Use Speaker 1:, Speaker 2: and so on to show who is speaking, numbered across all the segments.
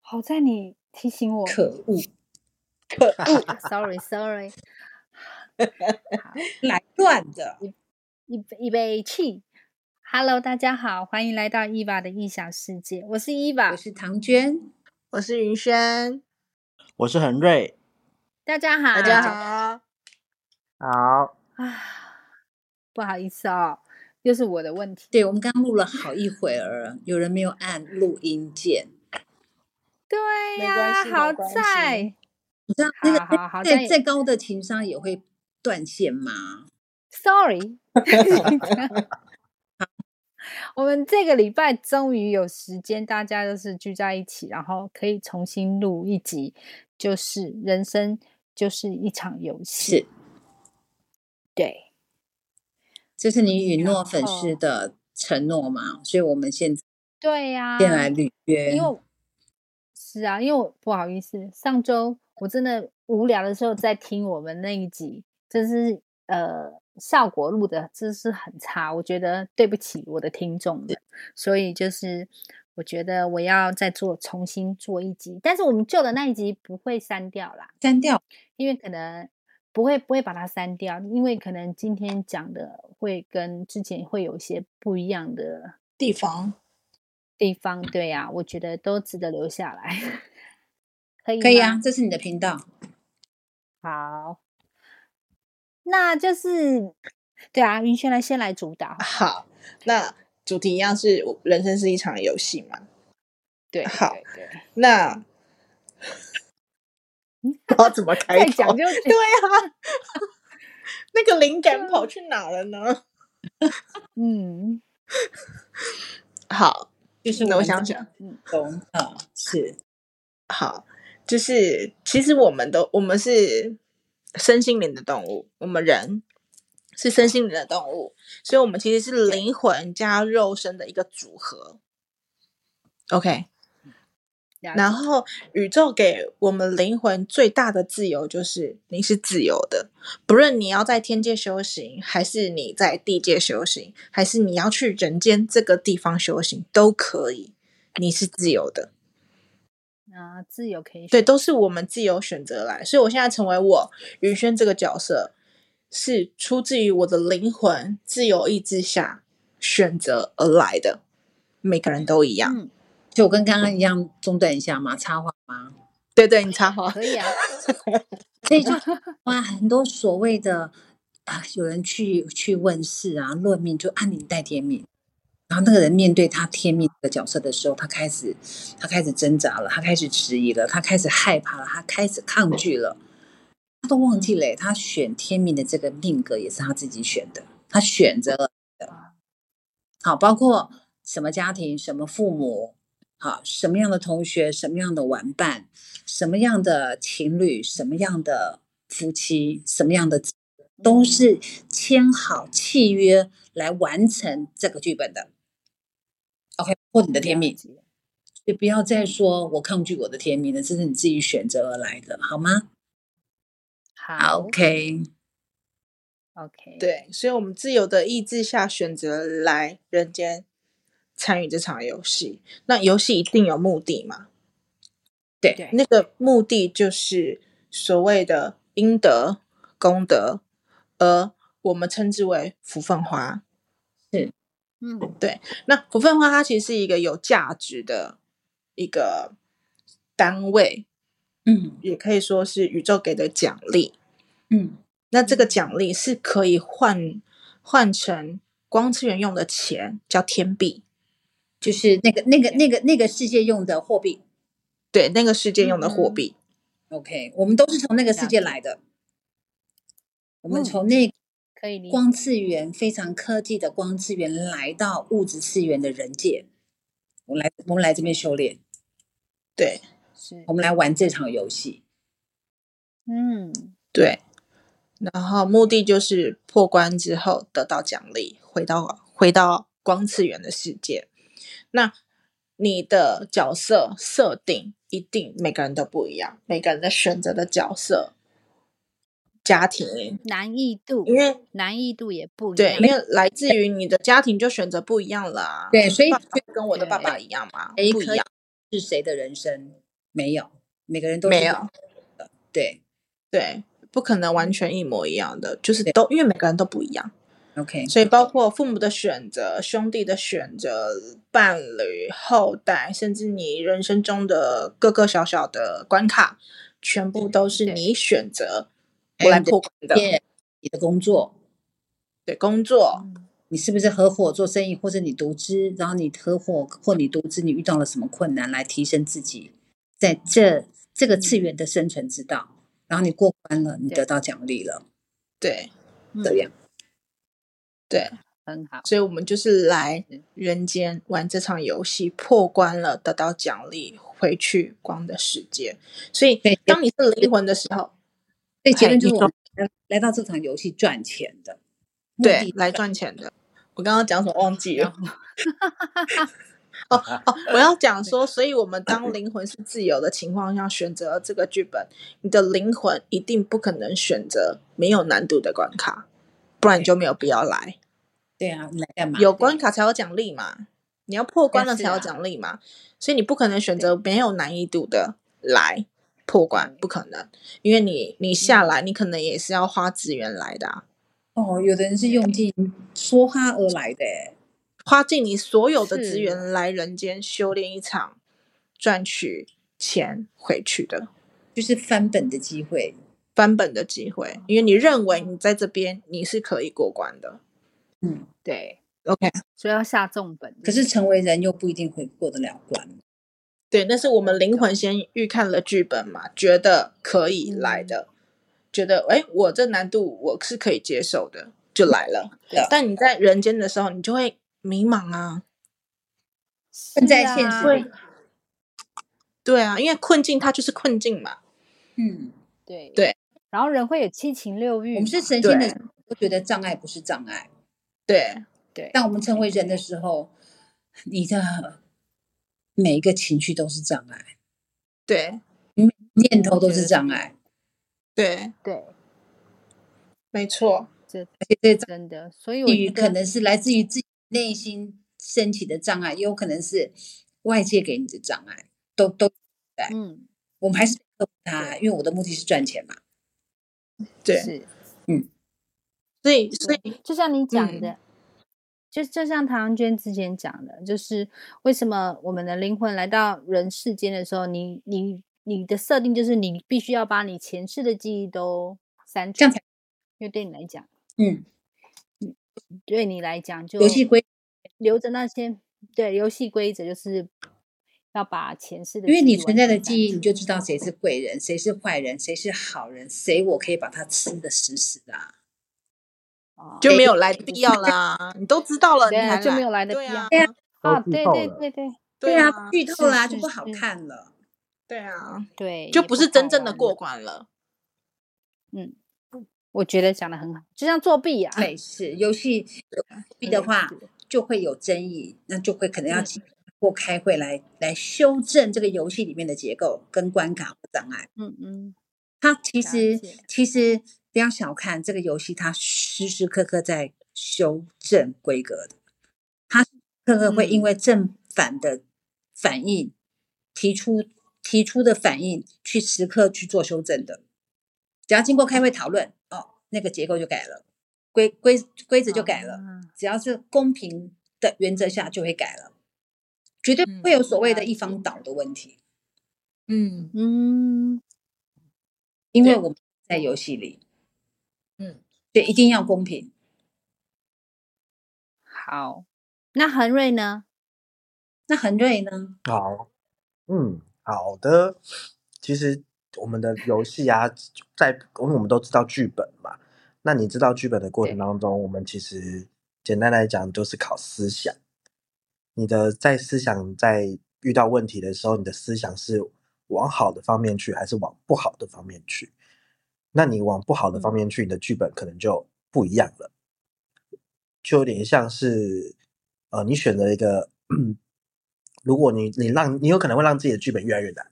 Speaker 1: 好在你提醒我，啊
Speaker 2: 可恶，可恶，
Speaker 1: Sorry Sorry，
Speaker 2: 来乱的。
Speaker 1: 一杯一杯气。Hello，大家好，欢迎来到伊娃的异想世界，我是伊娃
Speaker 2: 我。是唐娟，
Speaker 3: 我是云轩，
Speaker 4: 我是恒瑞。
Speaker 1: 大家好，
Speaker 3: 大家好。
Speaker 4: 好，
Speaker 1: 啊，不好意思哦，又是我的问题。
Speaker 2: 对我们刚录了好一会儿，有人没有按录音键。
Speaker 1: 对
Speaker 3: 没
Speaker 1: 呀、
Speaker 3: 关系没
Speaker 1: 好
Speaker 3: 关系
Speaker 1: 在
Speaker 2: 你知道那个
Speaker 1: 啊好好好
Speaker 2: 再
Speaker 1: 再
Speaker 2: 再高的情商也会断线吗？
Speaker 1: Sorry，我们这个礼拜终于有时间，大家都是聚在一起，然后可以重新录一集，就是人生就是一场游戏，
Speaker 2: 是，
Speaker 1: 对，
Speaker 2: 这是你允诺
Speaker 1: 然
Speaker 2: 粉
Speaker 1: 后
Speaker 2: 丝的承诺嘛？所以我们现在
Speaker 1: 对呀、
Speaker 2: 先来履约。
Speaker 1: 啊因为我是啊，因为我不好意思，上周我真的无聊的时候在听我们那一集，真是呃效果录的真是很差，我觉得对不起我的听众们，所以就是我觉得我要再做重新做一集，但是我们旧的那一集不会删掉啦，
Speaker 2: 删掉
Speaker 1: 因为可能不会不会把它删掉，因为可能今天讲的会跟之前会有一些不一样的
Speaker 3: 地方
Speaker 1: 地方，对呀、我觉得都值得留下来。可以
Speaker 2: 可以啊
Speaker 1: 吗，
Speaker 2: 这是你的频道。
Speaker 1: 好，那就是对啊，云轩来先来主导，
Speaker 2: 啊
Speaker 3: 好，那主题一样是我人生是一场游戏嘛？
Speaker 1: 对，
Speaker 3: 好
Speaker 1: 对，对
Speaker 3: 那
Speaker 4: 不知道怎么开
Speaker 1: 再
Speaker 4: 头
Speaker 1: 讲就
Speaker 3: 对啊， 那个灵感跑去哪了呢？
Speaker 1: 嗯，
Speaker 3: 好，
Speaker 2: 就是
Speaker 3: 那
Speaker 2: 我
Speaker 3: 我
Speaker 2: 们
Speaker 3: 想
Speaker 2: 这
Speaker 3: 想，
Speaker 2: 懂的是
Speaker 3: 好，就是其实我们都我们是身心灵的动物，我们人是身心灵的动物，所以我们其实是灵魂加肉身的一个组合。OK，
Speaker 1: 了
Speaker 3: 然
Speaker 1: 解
Speaker 3: 后宇宙给我们灵魂最大的自由就是你是自由的，不论你要在天界修行，还是你在地界修行，还是你要去人间这个地方修行，都可以，你是自由的。
Speaker 1: 啊，自由可以
Speaker 3: 对，
Speaker 1: 选
Speaker 3: 都是我们自由选择来。所以我现在成为我云轩这个角色，是出自于我的灵魂自由意志下选择而来的。每个人都一
Speaker 2: 啊
Speaker 3: 样。
Speaker 1: 嗯，
Speaker 2: 就我跟刚刚一样中断一下嘛，插话吗？
Speaker 3: 对对，你插话。
Speaker 1: 可以啊，
Speaker 2: 所以就哇，很多所谓的啊，有人去去问世啊，论命就按领带天命，然后那个人面对他天命的角色的时候，他开始他开始挣扎了，他开始迟疑了，他开始害怕了，他开始抗拒了，他都忘记了、他选天命的这个命格也是他自己选的，他选择了的。好，包括什么家庭、什么父母，好，什么样的同学、什么样的玩伴，什么样的情侣、什么样的夫妻、什么样的子，都是签好契约来完成这个剧本的。OK，或你的天
Speaker 1: 了
Speaker 2: 命，
Speaker 1: 解
Speaker 2: 也不要再说我抗拒我的天命了，这是你自己选择而来的，好吗
Speaker 1: 好
Speaker 2: ？OK，
Speaker 1: ，OK，，
Speaker 3: 对，所以我们自由的意志下选择来人间参与这场游戏。那游戏一定有目的嘛？
Speaker 2: 对
Speaker 1: 对，
Speaker 3: 那个目的就是所谓的应得、功德，而我们称之为福分花。
Speaker 1: 嗯，
Speaker 3: 那福分花它其实是一个有价值的一个单位，
Speaker 2: 嗯
Speaker 3: 也可以说是宇宙给的奖励。
Speaker 2: 嗯，
Speaker 3: 那这个奖励是可以换换成光次元用的钱，叫天币。
Speaker 2: 就是那个那个那个那个世界用的货币。
Speaker 3: 对，那个世界用的货
Speaker 1: 嗯
Speaker 3: 币。
Speaker 2: OK，我们都是从那个世界
Speaker 1: 了解
Speaker 2: 来的，我们
Speaker 1: 嗯
Speaker 2: 从那
Speaker 1: 可以理解，
Speaker 2: 光次元非常科技的光次元来到物质次元的人界，我们来我们来这边修炼，
Speaker 3: 对
Speaker 1: 是
Speaker 2: 我，们来玩这场游戏。
Speaker 1: 嗯，
Speaker 3: 对，然后目的就是破关之后得到奖励，回到回到光次元的世界。那你的角色设定一定每个人都不一样，每个人的选择的角色、家庭，
Speaker 1: 难易度
Speaker 3: 因为
Speaker 1: 难易度也不一
Speaker 3: 对，
Speaker 1: 样，
Speaker 3: 因为来自于你的家庭就选择不一样了、啊。
Speaker 2: 对，所以
Speaker 3: 爸爸跟我的爸
Speaker 1: 对
Speaker 3: 爸一样吗？
Speaker 2: 谁
Speaker 3: 不一
Speaker 2: 可以
Speaker 3: 样。
Speaker 2: 是谁的人生？没有，每个人都是
Speaker 3: 没有
Speaker 2: 的，对
Speaker 3: 对，不可能完全一模一样的，就是都因为每个人都不一样，
Speaker 2: ，OK，
Speaker 3: 所以包括父母的选择、兄弟的选择、伴侣、后代，甚至你人生中的各个小小的关卡，全部都是你选择我来破关的。
Speaker 2: 业你的工作，
Speaker 3: 对，工作，
Speaker 2: 你是不是合伙做生意，或者你独资，然后你合伙或你独资，你遇到了什么困难来提升自己，在这这个次元的生存之道，然后你过关了，你
Speaker 1: 对嗯
Speaker 2: 得到奖励了，
Speaker 3: 对
Speaker 2: 这样
Speaker 3: 对，
Speaker 1: 很好，
Speaker 3: 所以我们就是来
Speaker 1: 是
Speaker 3: 人间玩这场游戏，破关了得到奖励，回去光的世界。所以
Speaker 2: 对
Speaker 3: 当你是灵魂的时候，
Speaker 2: 所以结论就
Speaker 3: 嘿
Speaker 2: 是
Speaker 3: 哎你
Speaker 2: 我
Speaker 3: 说
Speaker 2: 们来来到这场游戏赚钱的，目
Speaker 3: 对
Speaker 2: 的
Speaker 3: 来
Speaker 2: 赚
Speaker 3: 赚钱的。我刚刚讲什么忘记了？ 哦哦，我要讲说，所以我们当灵魂是自由的情况下选择这个剧本，你的灵魂一定不可能选择没有难度的关卡，不然你就没有必要来。
Speaker 2: 对啊，你来干嘛？
Speaker 3: 有关卡才有奖励嘛，你要破关了
Speaker 1: 是
Speaker 3: 才有
Speaker 1: 啊
Speaker 3: 奖励嘛，所以你不可能选择没有难易度的来破关，不可能，因为你你下
Speaker 2: 嗯
Speaker 3: 来，你可能也是要花资源来的、啊，
Speaker 2: 哦，有的人是用尽梭哈而来的欸，
Speaker 3: 花尽你所有的资
Speaker 1: 是
Speaker 3: 源来人间修炼一场，赚取钱回去的
Speaker 2: 就是翻本的机会。
Speaker 3: 翻本的机会，因为你认为你在这边你是可以过关的
Speaker 2: 嗯，
Speaker 1: 对，
Speaker 3: ，OK，
Speaker 1: 所以要下重本。
Speaker 2: 可是成为人又不一定会过得了关。
Speaker 3: 对，那是我们灵魂先预看了剧本嘛，觉得可以来的，觉得哎，诶我这难度我是可以接受的，就来了。
Speaker 2: 对
Speaker 3: 但你在人间的时候，你就会迷茫啊，
Speaker 1: 是
Speaker 2: 在现
Speaker 1: 啊
Speaker 2: 实里
Speaker 3: 对啊，因为困境它就是困境嘛，
Speaker 2: 嗯，
Speaker 1: 对
Speaker 3: 对，
Speaker 1: 然后人会有七情六欲嘛，
Speaker 2: 我们是神仙的时候，都觉得障碍不是障碍。
Speaker 3: 对
Speaker 1: 对，
Speaker 2: 当我们成为人的时候，你的每一个情绪都是障碍，
Speaker 3: 对
Speaker 2: 念头都是障碍，
Speaker 3: 对，
Speaker 1: 对，
Speaker 3: 没错，
Speaker 1: 这
Speaker 2: 而且这些障
Speaker 1: 真的，所以我
Speaker 2: 碍
Speaker 1: 觉
Speaker 2: 可
Speaker 1: 得
Speaker 2: 能是来自于自己内心升起的障碍，也有可能是外界给你的障碍，都都碍
Speaker 1: 嗯，
Speaker 2: 我们还是克服它，因为我的目的是赚钱嘛。
Speaker 3: 对，
Speaker 1: 是，
Speaker 3: 所以所以
Speaker 1: 就像你讲
Speaker 3: 嗯
Speaker 1: 的，就就像唐娟之前讲的，就是为什么我们的灵魂来到人世间的时候，你你你的设定就是你必须要把你前世的记忆都删除
Speaker 2: 这样才，
Speaker 1: 因为对你来讲，
Speaker 2: 嗯，
Speaker 1: 对你来讲就
Speaker 2: 游戏规，
Speaker 1: 留着那些对游戏规则，就是要把前世的
Speaker 2: 因为你存在的
Speaker 1: 忆
Speaker 2: 记忆，你就知道谁是贵人，谁是坏人，谁是好人，谁我可以把它吃的死死的、啊。
Speaker 1: 完整
Speaker 3: 就
Speaker 1: 哦
Speaker 3: 没有来的必要 啦。你都知道了，你
Speaker 1: 对啊
Speaker 3: 还
Speaker 1: 就没有来的
Speaker 3: 哎对
Speaker 1: 必要
Speaker 3: 啊，
Speaker 2: 对
Speaker 4: 都
Speaker 1: 啊，对对
Speaker 4: 剧透了
Speaker 1: 对对
Speaker 3: 对
Speaker 2: 啊，
Speaker 3: 啊，
Speaker 2: 剧透啦、
Speaker 1: 是
Speaker 2: 就不
Speaker 1: 是
Speaker 2: 好
Speaker 1: 是
Speaker 2: 看了。
Speaker 3: 对啊，
Speaker 1: 对，
Speaker 3: 就
Speaker 1: 也
Speaker 3: 不是真
Speaker 1: 好
Speaker 3: 正的
Speaker 1: 玩
Speaker 3: 过，关了。
Speaker 1: 嗯，我觉得讲的很好，就像作弊呀、啊，
Speaker 2: 没事，游戏币的话就会有争议，那就会可能要
Speaker 1: 嗯
Speaker 2: 经过开会来来修正这个游戏里面的结构跟关卡或障碍。
Speaker 1: 嗯嗯，
Speaker 2: 它其
Speaker 1: 了
Speaker 2: 实
Speaker 1: 解
Speaker 2: 其实不要小看这个游戏，它时时刻刻在修正规格的，它时时刻刻会因
Speaker 1: 嗯
Speaker 2: 为正反的反应、提出提出的反应去时刻去做修正的。只要经过开会讨论，哦，那个结构就改了，规规规则就改了。
Speaker 1: 啊
Speaker 2: 只要是公平的原则下就会改了，绝对
Speaker 1: 嗯
Speaker 2: 不会有所谓的一方倒的问题，
Speaker 3: 嗯
Speaker 1: 嗯，
Speaker 2: 因为
Speaker 3: 对
Speaker 2: 我们在游戏里，
Speaker 3: 嗯，
Speaker 2: 对，一定要公平。
Speaker 1: 好，那恒瑞呢？
Speaker 2: 那恒瑞呢？
Speaker 4: 好，嗯，好的。其实我们的游戏啊，在因为我们都知道剧本嘛，那你知道剧本的过程
Speaker 1: 对
Speaker 4: 当中，我们其实简单来讲就是考思想。你的在思想在遇到问题的时候，你的思想是往好的方面去，还是往不好的方面去？那你往不好的方面去，你的剧本可能就不一样了，就有点像是，呃，你选择一个， 如果你你让你有可能会让自己的剧本越来越难，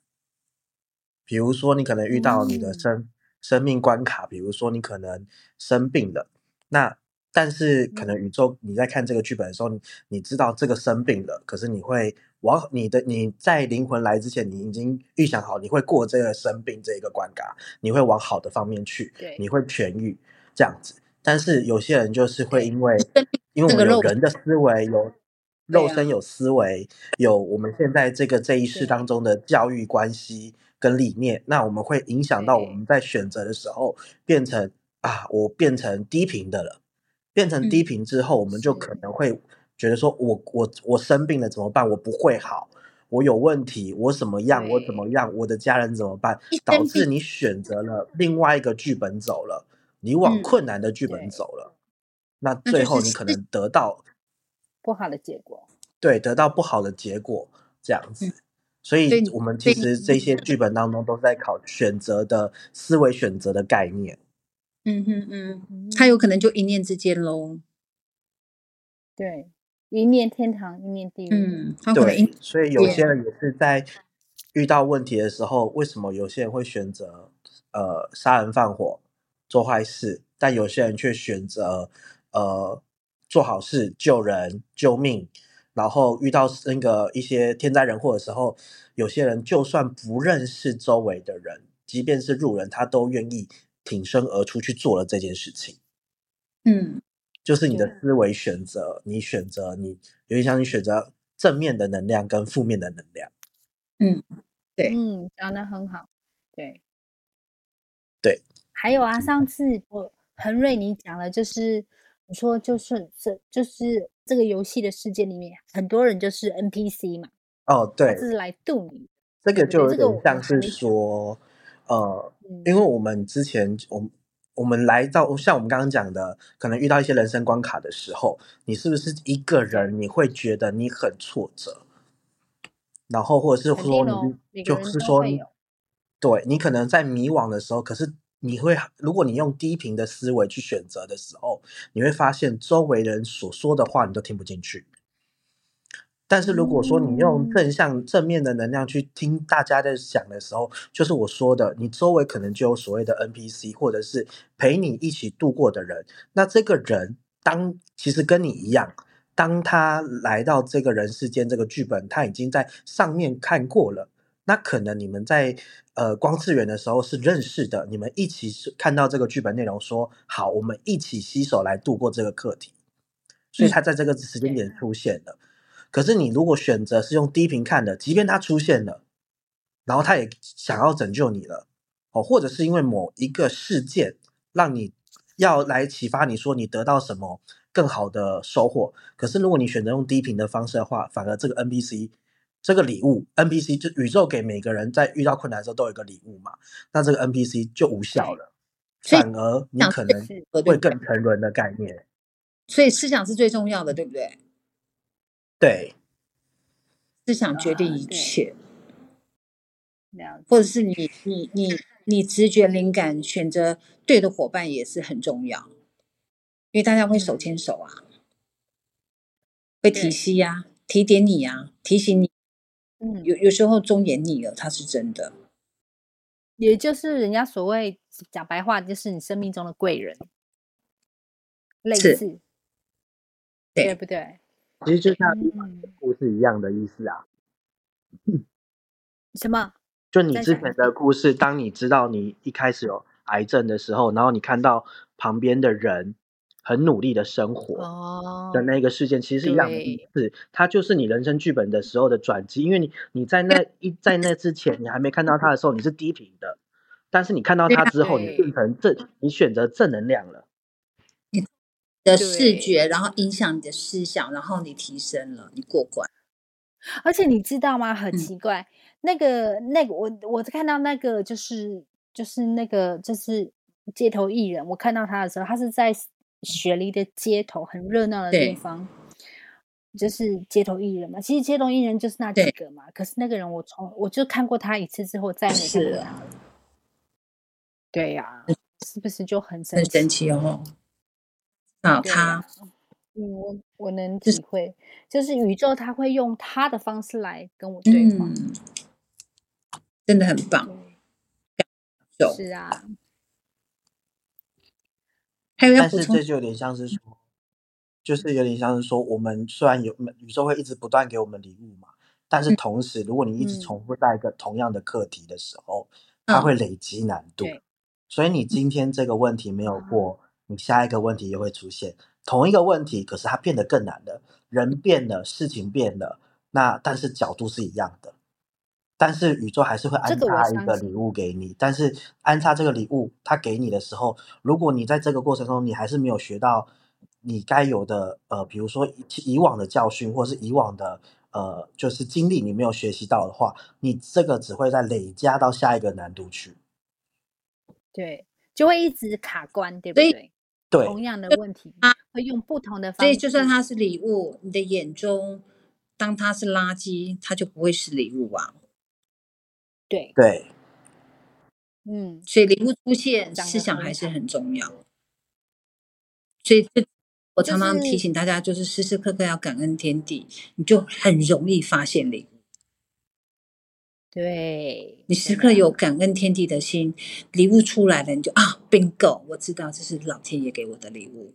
Speaker 4: 比如说你可能遇到你的
Speaker 1: 嗯
Speaker 4: 生、生命关卡，比如说你可能生病了，那
Speaker 1: 嗯
Speaker 4: 但是可能宇宙你在看这个剧本的时候，你你知道这个生病了，可是你会往你的你在灵魂来之前，你已经预想好你会过这个生病这一个关卡，你会往好的方面去
Speaker 1: 对，
Speaker 4: 你会痊愈这样子。但是有些人就是会因为
Speaker 2: 生病
Speaker 4: 因为我
Speaker 2: 这个
Speaker 4: 们有
Speaker 2: 肉
Speaker 4: 人的思维，有
Speaker 2: 对
Speaker 4: 肉
Speaker 2: 啊
Speaker 4: 身有思维，有我们现在这个这一世
Speaker 1: 对
Speaker 4: 当中的教育关系跟理念，那我们会影响到我
Speaker 1: 对
Speaker 4: 们在选择的时候变成啊，我变成低频的了。变成低
Speaker 2: 嗯
Speaker 4: 频之后，我们就可
Speaker 1: 是
Speaker 4: 能会觉得说我，我我生病了怎么办？我不会好，我有问题，我怎么样？我怎么
Speaker 1: 对
Speaker 4: 样？我的家人怎么办？
Speaker 2: 一
Speaker 4: 导
Speaker 2: 生
Speaker 4: 致
Speaker 2: 病，
Speaker 4: 你选择了另外一个剧本走了，你往
Speaker 2: 嗯
Speaker 4: 困难的剧本
Speaker 1: 对
Speaker 4: 走了，那
Speaker 2: 那
Speaker 4: 最
Speaker 2: 就是
Speaker 4: 后你可
Speaker 2: 事
Speaker 4: 能得到
Speaker 1: 不好的结果。
Speaker 4: 对，得到不好的结果这样
Speaker 2: 嗯
Speaker 4: 子。所以
Speaker 2: 对你
Speaker 4: 我们
Speaker 2: 对
Speaker 4: 其
Speaker 2: 你
Speaker 4: 实这些剧本当中都在考选择的思维选择的概念。
Speaker 2: 嗯哼嗯，
Speaker 1: 嗯，
Speaker 2: 他有可能就一念之间喽。
Speaker 1: 对，一念天堂，一念地狱。
Speaker 2: 嗯，他有可能一
Speaker 4: 对，所以有些人也是在遇到问题的时候，为什么有些人会选择呃杀人放火做坏事，但有些人却选择呃做好事救人救命，然后遇到那个一些天灾人祸的时候，有些人就算不认识周围的人，即便是路人，他都愿意挺身而出去做了这件事情。
Speaker 2: 嗯
Speaker 4: 就是你的
Speaker 1: 对
Speaker 4: 思维选择，你选择你有点像你选择正面的能量跟负面的能量。
Speaker 2: 嗯对
Speaker 1: 嗯，讲的很好。对
Speaker 4: 对，
Speaker 1: 还有啊，上次我恒瑞你讲了，就是你说就是这就是这个游戏的世界里面，很多人就是 NPC 嘛，
Speaker 4: 哦，
Speaker 1: 他
Speaker 4: 对，
Speaker 1: 是来渡你，
Speaker 4: 这
Speaker 1: 对
Speaker 4: 个
Speaker 1: 不
Speaker 4: 就
Speaker 1: 对？
Speaker 4: 有
Speaker 1: 这个
Speaker 4: 点
Speaker 1: 我们
Speaker 4: 像
Speaker 1: 还
Speaker 4: 是
Speaker 1: 没讲。
Speaker 4: 说，呃，因
Speaker 1: 嗯，
Speaker 4: 为我们之前我们我们来到像我们刚刚讲的，可能遇到一些人生关卡的时候，你是不是一个
Speaker 1: 对，
Speaker 4: 人，你会觉得你很挫折，然后或者是
Speaker 1: 肯定
Speaker 4: 说
Speaker 1: 喽
Speaker 4: 你，
Speaker 1: 每个
Speaker 4: 就
Speaker 1: 人
Speaker 4: 是
Speaker 1: 都
Speaker 4: 说
Speaker 1: 会
Speaker 4: 你
Speaker 1: 有。
Speaker 4: 对你可能在迷惘的时候，可是你会，如果你用低频的思维去选择的时候，你会发现周围人所说的话你都听不进去。但是如果说你用
Speaker 1: 嗯，
Speaker 4: 正向正面的能量去听大家在讲的时候，就是我说的，你周围可能就有所谓的 NPC，或者是陪你一起度过的人。那这个人当其实跟你一样，当他来到这个人世间这个剧本，他已经在上面看过了。那可能你们在呃光次元的时候是认识的，你们一起是看到这个剧本内容说，好，我们一起携手来度过这个课题。所以
Speaker 2: 嗯
Speaker 4: 他在这个时间
Speaker 1: 对，
Speaker 4: 点出现了。可是你如果选择是用低频看的，即便他出现了，然后他也想要拯救你了，哦，或者是因为某一个事件让你要来启发你说你得到什么更好的收获。可是如果你选择用低频的方式的话，反而这个 NPC 这个礼物 NPC 就宇宙给每个人在遇到困难的时候都有一个礼物嘛，那这个 NPC 就无效
Speaker 1: 对，
Speaker 4: 了，
Speaker 2: 所以
Speaker 4: 反而你
Speaker 2: 想
Speaker 4: 可能
Speaker 1: 是，
Speaker 2: 对不
Speaker 4: 会
Speaker 2: 对？
Speaker 4: 更沉沦的概念。
Speaker 2: 所以思想是最重要的，对不对？
Speaker 4: 对，
Speaker 2: 思想决定
Speaker 1: 呃，
Speaker 2: 一
Speaker 1: 对，
Speaker 2: 切，
Speaker 1: 了
Speaker 2: 或者
Speaker 1: 解，
Speaker 2: 是你你你你直觉灵感选择对的伙伴也是很重要，因为大家会手
Speaker 1: 嗯，
Speaker 2: 牵手啊，会提
Speaker 1: 对，
Speaker 2: 息呀、提点你呀、提醒你。
Speaker 1: 嗯，
Speaker 2: 有有时候忠言逆耳，它是真的。
Speaker 1: 也就是人家所谓讲白话，就是你生命中的贵人，类
Speaker 2: 是
Speaker 1: 似，对
Speaker 2: 对，
Speaker 1: 不对？
Speaker 4: 其实就像伊凡的
Speaker 1: 嗯，
Speaker 4: 故事一样的意思啊。
Speaker 1: 什么？
Speaker 4: 就你
Speaker 1: 再
Speaker 4: 之
Speaker 1: 讲一
Speaker 4: 前
Speaker 1: 次。
Speaker 4: 的故事，当你知道你一开始有癌症的时候，然后你看到旁边的人很努力的生活的
Speaker 1: 哦，
Speaker 4: 那个事件，其实是一样的意
Speaker 1: 对，
Speaker 4: 思。它就是你人生剧本的时候的转机，因为你你在那一在那之前，你还没看到他的时候，你是低频的，但是你看到
Speaker 2: 对
Speaker 4: 他
Speaker 2: 啊，
Speaker 4: 之后，你变
Speaker 1: 对，
Speaker 4: 成正，你选择正能量了。
Speaker 2: 你的视
Speaker 1: 对，
Speaker 2: 觉，然后影响你的思想，然后你提升了，你过关。
Speaker 1: 而且你知道吗？很
Speaker 2: 嗯
Speaker 1: 奇怪，那个那个，我我看到那个就是就是那个就是街头艺人，我看到他的时候，他是在雪梨的街头很热闹的地
Speaker 2: 对
Speaker 1: 方，就是街头艺人嘛。其实街头艺人就是那几
Speaker 2: 对，
Speaker 1: 个嘛。可是那个人我从我就看过他一次之后，再也没看
Speaker 2: 是
Speaker 1: 过
Speaker 2: 啊，
Speaker 1: 他
Speaker 2: 嗯
Speaker 1: 了。对呀、是不是就很
Speaker 2: 很
Speaker 1: 神
Speaker 2: 神
Speaker 1: 奇？
Speaker 2: 奇哦。啊，
Speaker 1: 对呀、
Speaker 2: 他
Speaker 1: 嗯，我我能
Speaker 2: 就是
Speaker 1: 体会，就是宇宙他会用他的方式来跟我对话。
Speaker 2: 嗯，真的很棒。
Speaker 1: 对，
Speaker 2: 走，
Speaker 1: 是啊，
Speaker 2: 还有要
Speaker 4: 但
Speaker 2: 补
Speaker 4: 是
Speaker 2: 充？嗯
Speaker 4: 这就有点像是说，就是有点像是说，我们虽然有宇宙会一直不断给我们礼物嘛，但
Speaker 2: 嗯
Speaker 4: 是同时，如果你一直
Speaker 1: 嗯
Speaker 4: 重复在一个同样的课题的时候，它
Speaker 2: 嗯
Speaker 4: 会累积难度
Speaker 1: 对。
Speaker 4: 所以你今天这个问题没
Speaker 2: 嗯
Speaker 4: 有过，你下一个问题又会出现同一个问题，可是它变得更难了，人变了，事情变了，那但是角度是一样的。但是宇宙还是会
Speaker 1: 这
Speaker 4: 安
Speaker 1: 个我
Speaker 4: 插一
Speaker 1: 相
Speaker 4: 个
Speaker 1: 信
Speaker 4: 礼物给你，但是安插这个礼物，它给你的时候，如果你在这个过程中你还是没有学到你该有的呃，比如说以以往的教训，或是以往的呃，就是经历你没有学习到的话，你这个只会在累加到下一个难度去。
Speaker 1: 对，就会一直卡关，对不
Speaker 2: 所以
Speaker 1: 对？
Speaker 4: 对，
Speaker 1: 同样的问题
Speaker 2: 啊
Speaker 1: 会用不同的方
Speaker 2: 所
Speaker 1: 式，
Speaker 2: 以就算它是礼物，你的眼中当它是垃圾，它就不会是礼物啊。
Speaker 1: 对，
Speaker 4: 对，
Speaker 1: 嗯，
Speaker 2: 所以礼物出现，
Speaker 1: 讲
Speaker 2: 思
Speaker 1: 得
Speaker 2: 想
Speaker 1: 很
Speaker 2: 还是
Speaker 1: 好
Speaker 2: 很重要。所以这我常常
Speaker 1: 就
Speaker 2: 提
Speaker 1: 是
Speaker 2: 醒大家，就是时时刻刻要感恩天地，你就很容易发现礼物。
Speaker 1: 对，
Speaker 2: 你
Speaker 1: 真
Speaker 2: 时刻
Speaker 1: 的
Speaker 2: 有感恩天地的心，礼物出来了，你就啊，bingo，我知道这是老天爷给我的礼物，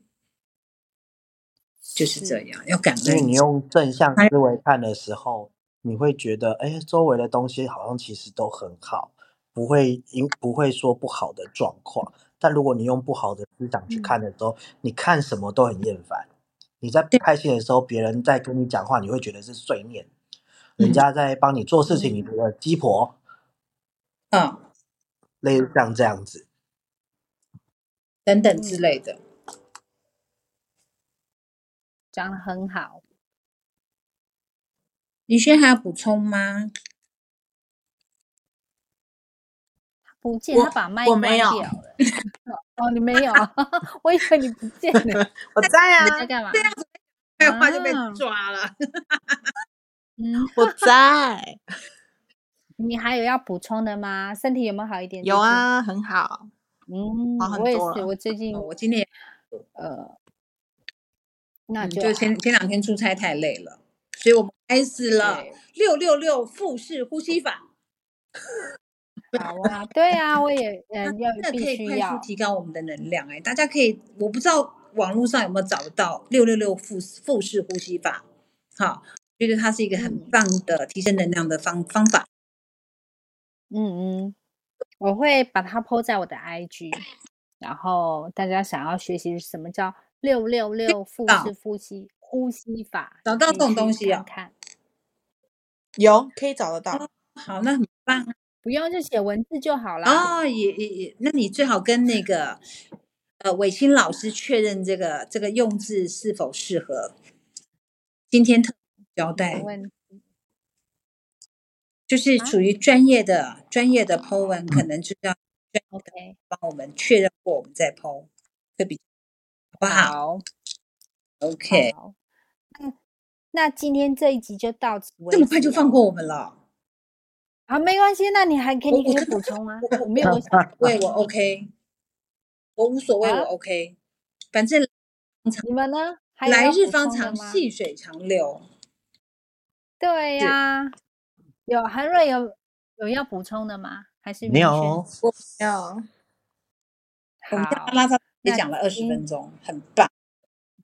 Speaker 2: 就是这
Speaker 1: 是
Speaker 2: 样，要感
Speaker 4: 因为
Speaker 2: 恩
Speaker 4: 你。用正向
Speaker 2: 还
Speaker 4: 思维看的时候，你会觉得，哎，周围的东西好像其实都很好，不会因不会说不好的状况。但如果你用不好的思想去
Speaker 1: 嗯
Speaker 4: 看的时候，你看什么都很厌烦。你在不
Speaker 2: 对
Speaker 4: 开心的时候，别人在跟你讲话，你会觉得是碎念；人
Speaker 2: 嗯
Speaker 4: 家在帮你做事情，你
Speaker 1: 嗯
Speaker 4: 觉得鸡婆，
Speaker 2: 啊，
Speaker 4: 类似像这样子。
Speaker 2: 等等之
Speaker 1: 嗯
Speaker 2: 类的。
Speaker 1: 讲的很好，
Speaker 2: 宇轩还要补充吗？
Speaker 1: 不见
Speaker 3: 我
Speaker 1: 他把麦
Speaker 3: 我
Speaker 1: 关
Speaker 3: 没有
Speaker 1: 掉了。 哦，你没有， 我以为你不见 了，
Speaker 3: 我在
Speaker 1: 你
Speaker 3: 啊
Speaker 1: 在，干嘛？
Speaker 2: 废话就被
Speaker 1: 啊
Speaker 2: 抓了。
Speaker 1: 嗯，
Speaker 3: 我在，
Speaker 1: 你还有要补充的吗？身体有没有好一点？
Speaker 3: 有
Speaker 1: 最近，
Speaker 3: 啊，很好，好
Speaker 1: 嗯，
Speaker 3: 很
Speaker 1: 我也
Speaker 3: 多
Speaker 1: 是，
Speaker 3: 了
Speaker 1: 我最近
Speaker 2: 哦我今天也
Speaker 1: 呃，那
Speaker 2: 嗯，
Speaker 1: 啊就
Speaker 2: 就
Speaker 1: 好
Speaker 2: 前，前两天出差太累了，所以我们开始了
Speaker 1: 对，
Speaker 2: 六六六腹式呼吸法，
Speaker 1: 好啊，对啊，我也 嗯要
Speaker 2: 真的
Speaker 1: 必
Speaker 2: 可以
Speaker 1: 须
Speaker 2: 快速
Speaker 1: 要，
Speaker 2: 提高我们的能量、哎，大家可以，我不知道网络上有没有找得到六六六腹腹式呼吸法，好，觉得它是一个很
Speaker 1: 嗯
Speaker 2: 棒的提升能量的方方法。
Speaker 1: 嗯嗯，我会把它 po 在我的 IG，然后大家想要学习什么叫六六六腹式呼吸呼吸法，
Speaker 2: 找
Speaker 1: 你
Speaker 2: 到
Speaker 1: 可
Speaker 2: 这
Speaker 1: 以
Speaker 2: 种东
Speaker 1: 去
Speaker 2: 西
Speaker 1: 看
Speaker 2: 啊、
Speaker 1: 看，
Speaker 3: 有可以找得到
Speaker 2: 哦，好，那很棒
Speaker 1: 不用就写文字就好啦。
Speaker 2: 哦，也也也，那你最好跟那个呃伟清老师确认这个这个用字是否适合，今天特交代。
Speaker 1: 没问
Speaker 2: 就是
Speaker 1: 啊哦嗯
Speaker 2: 属于专业的专业的 Po 文，可能就要
Speaker 1: ，OK，
Speaker 2: 帮我们确认过，我们再 Po 会比好不好
Speaker 1: 好，哦
Speaker 2: ？OK，
Speaker 1: 好，那那今天这一集就到此为
Speaker 2: 这
Speaker 1: 止
Speaker 2: 么快就
Speaker 1: 咯
Speaker 2: 放过我们了，
Speaker 1: 啊，没关系，那你还可以，
Speaker 2: 我
Speaker 1: 你
Speaker 2: 我
Speaker 1: 可以
Speaker 2: 跟
Speaker 1: 补充啊，我没有我想
Speaker 2: 喂，我 OK，我无所谓，我
Speaker 1: 啊，
Speaker 2: OK，反正
Speaker 1: 你们呢？还有
Speaker 2: 来
Speaker 1: 要
Speaker 2: 日
Speaker 1: 补
Speaker 2: 方
Speaker 1: 充的
Speaker 2: 长，
Speaker 1: 吗？
Speaker 2: 细水长流。
Speaker 1: 对
Speaker 2: 是
Speaker 1: 呀、有韩瑞有有要补充的吗？还是
Speaker 4: 没
Speaker 1: 云
Speaker 4: 有
Speaker 1: 轩？
Speaker 3: 有，
Speaker 2: 我们这样
Speaker 1: 好，
Speaker 2: 拉拉杂也
Speaker 1: 那
Speaker 2: 讲了二十
Speaker 1: 今
Speaker 2: 分钟，很棒。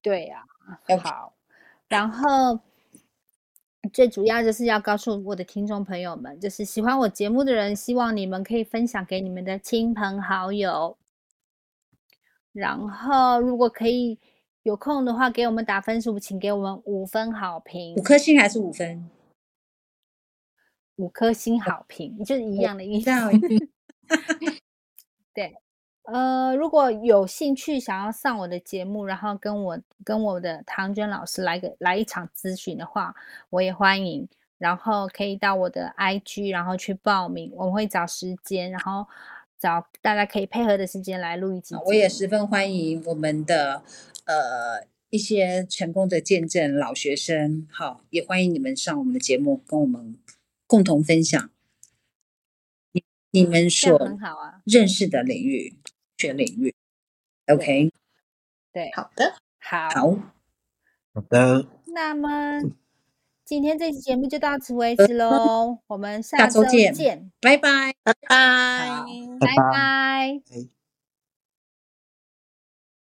Speaker 1: 对呀、
Speaker 2: OK，
Speaker 1: 好，然后最主要就是要告诉我的听众朋友们，就是喜欢我节目的人，希望你们可以分享给你们的亲朋好友。然后，如果可以有空的话，给我们打分数，请给我们五分好评
Speaker 2: 五，颗星还是五分？
Speaker 1: 五颗星好评，就是一样的意思。
Speaker 2: 这样
Speaker 1: 对，呃，如果有兴趣想要上我的节目，然后跟我跟我的唐娟老师来个来一场咨询的话，我也欢迎。然后可以到我的 IG，然后去报名，我们会找时间，然后找大家可以配合的时间来录一集
Speaker 2: 啊我
Speaker 1: 节
Speaker 2: 也
Speaker 1: 目。
Speaker 2: 十分欢迎我们的呃一些成功的见证老学生，好，也欢迎你们上我们的节目，跟我们共同分享你你们
Speaker 1: 这样
Speaker 2: 所
Speaker 1: 很好啊。
Speaker 2: 认识的领域、学领域。
Speaker 1: 对
Speaker 2: OK，
Speaker 1: 对，
Speaker 3: 好的，
Speaker 1: 好，
Speaker 2: 好，嗯
Speaker 4: 好的，
Speaker 1: 那么今天这期节目就到此为止喽，我们
Speaker 2: 下
Speaker 1: 下
Speaker 2: 周
Speaker 1: 周
Speaker 2: 见，
Speaker 1: 见。
Speaker 2: 拜拜。
Speaker 3: 拜拜。
Speaker 1: 好，
Speaker 4: 拜
Speaker 1: 拜
Speaker 4: 拜。
Speaker 1: 拜。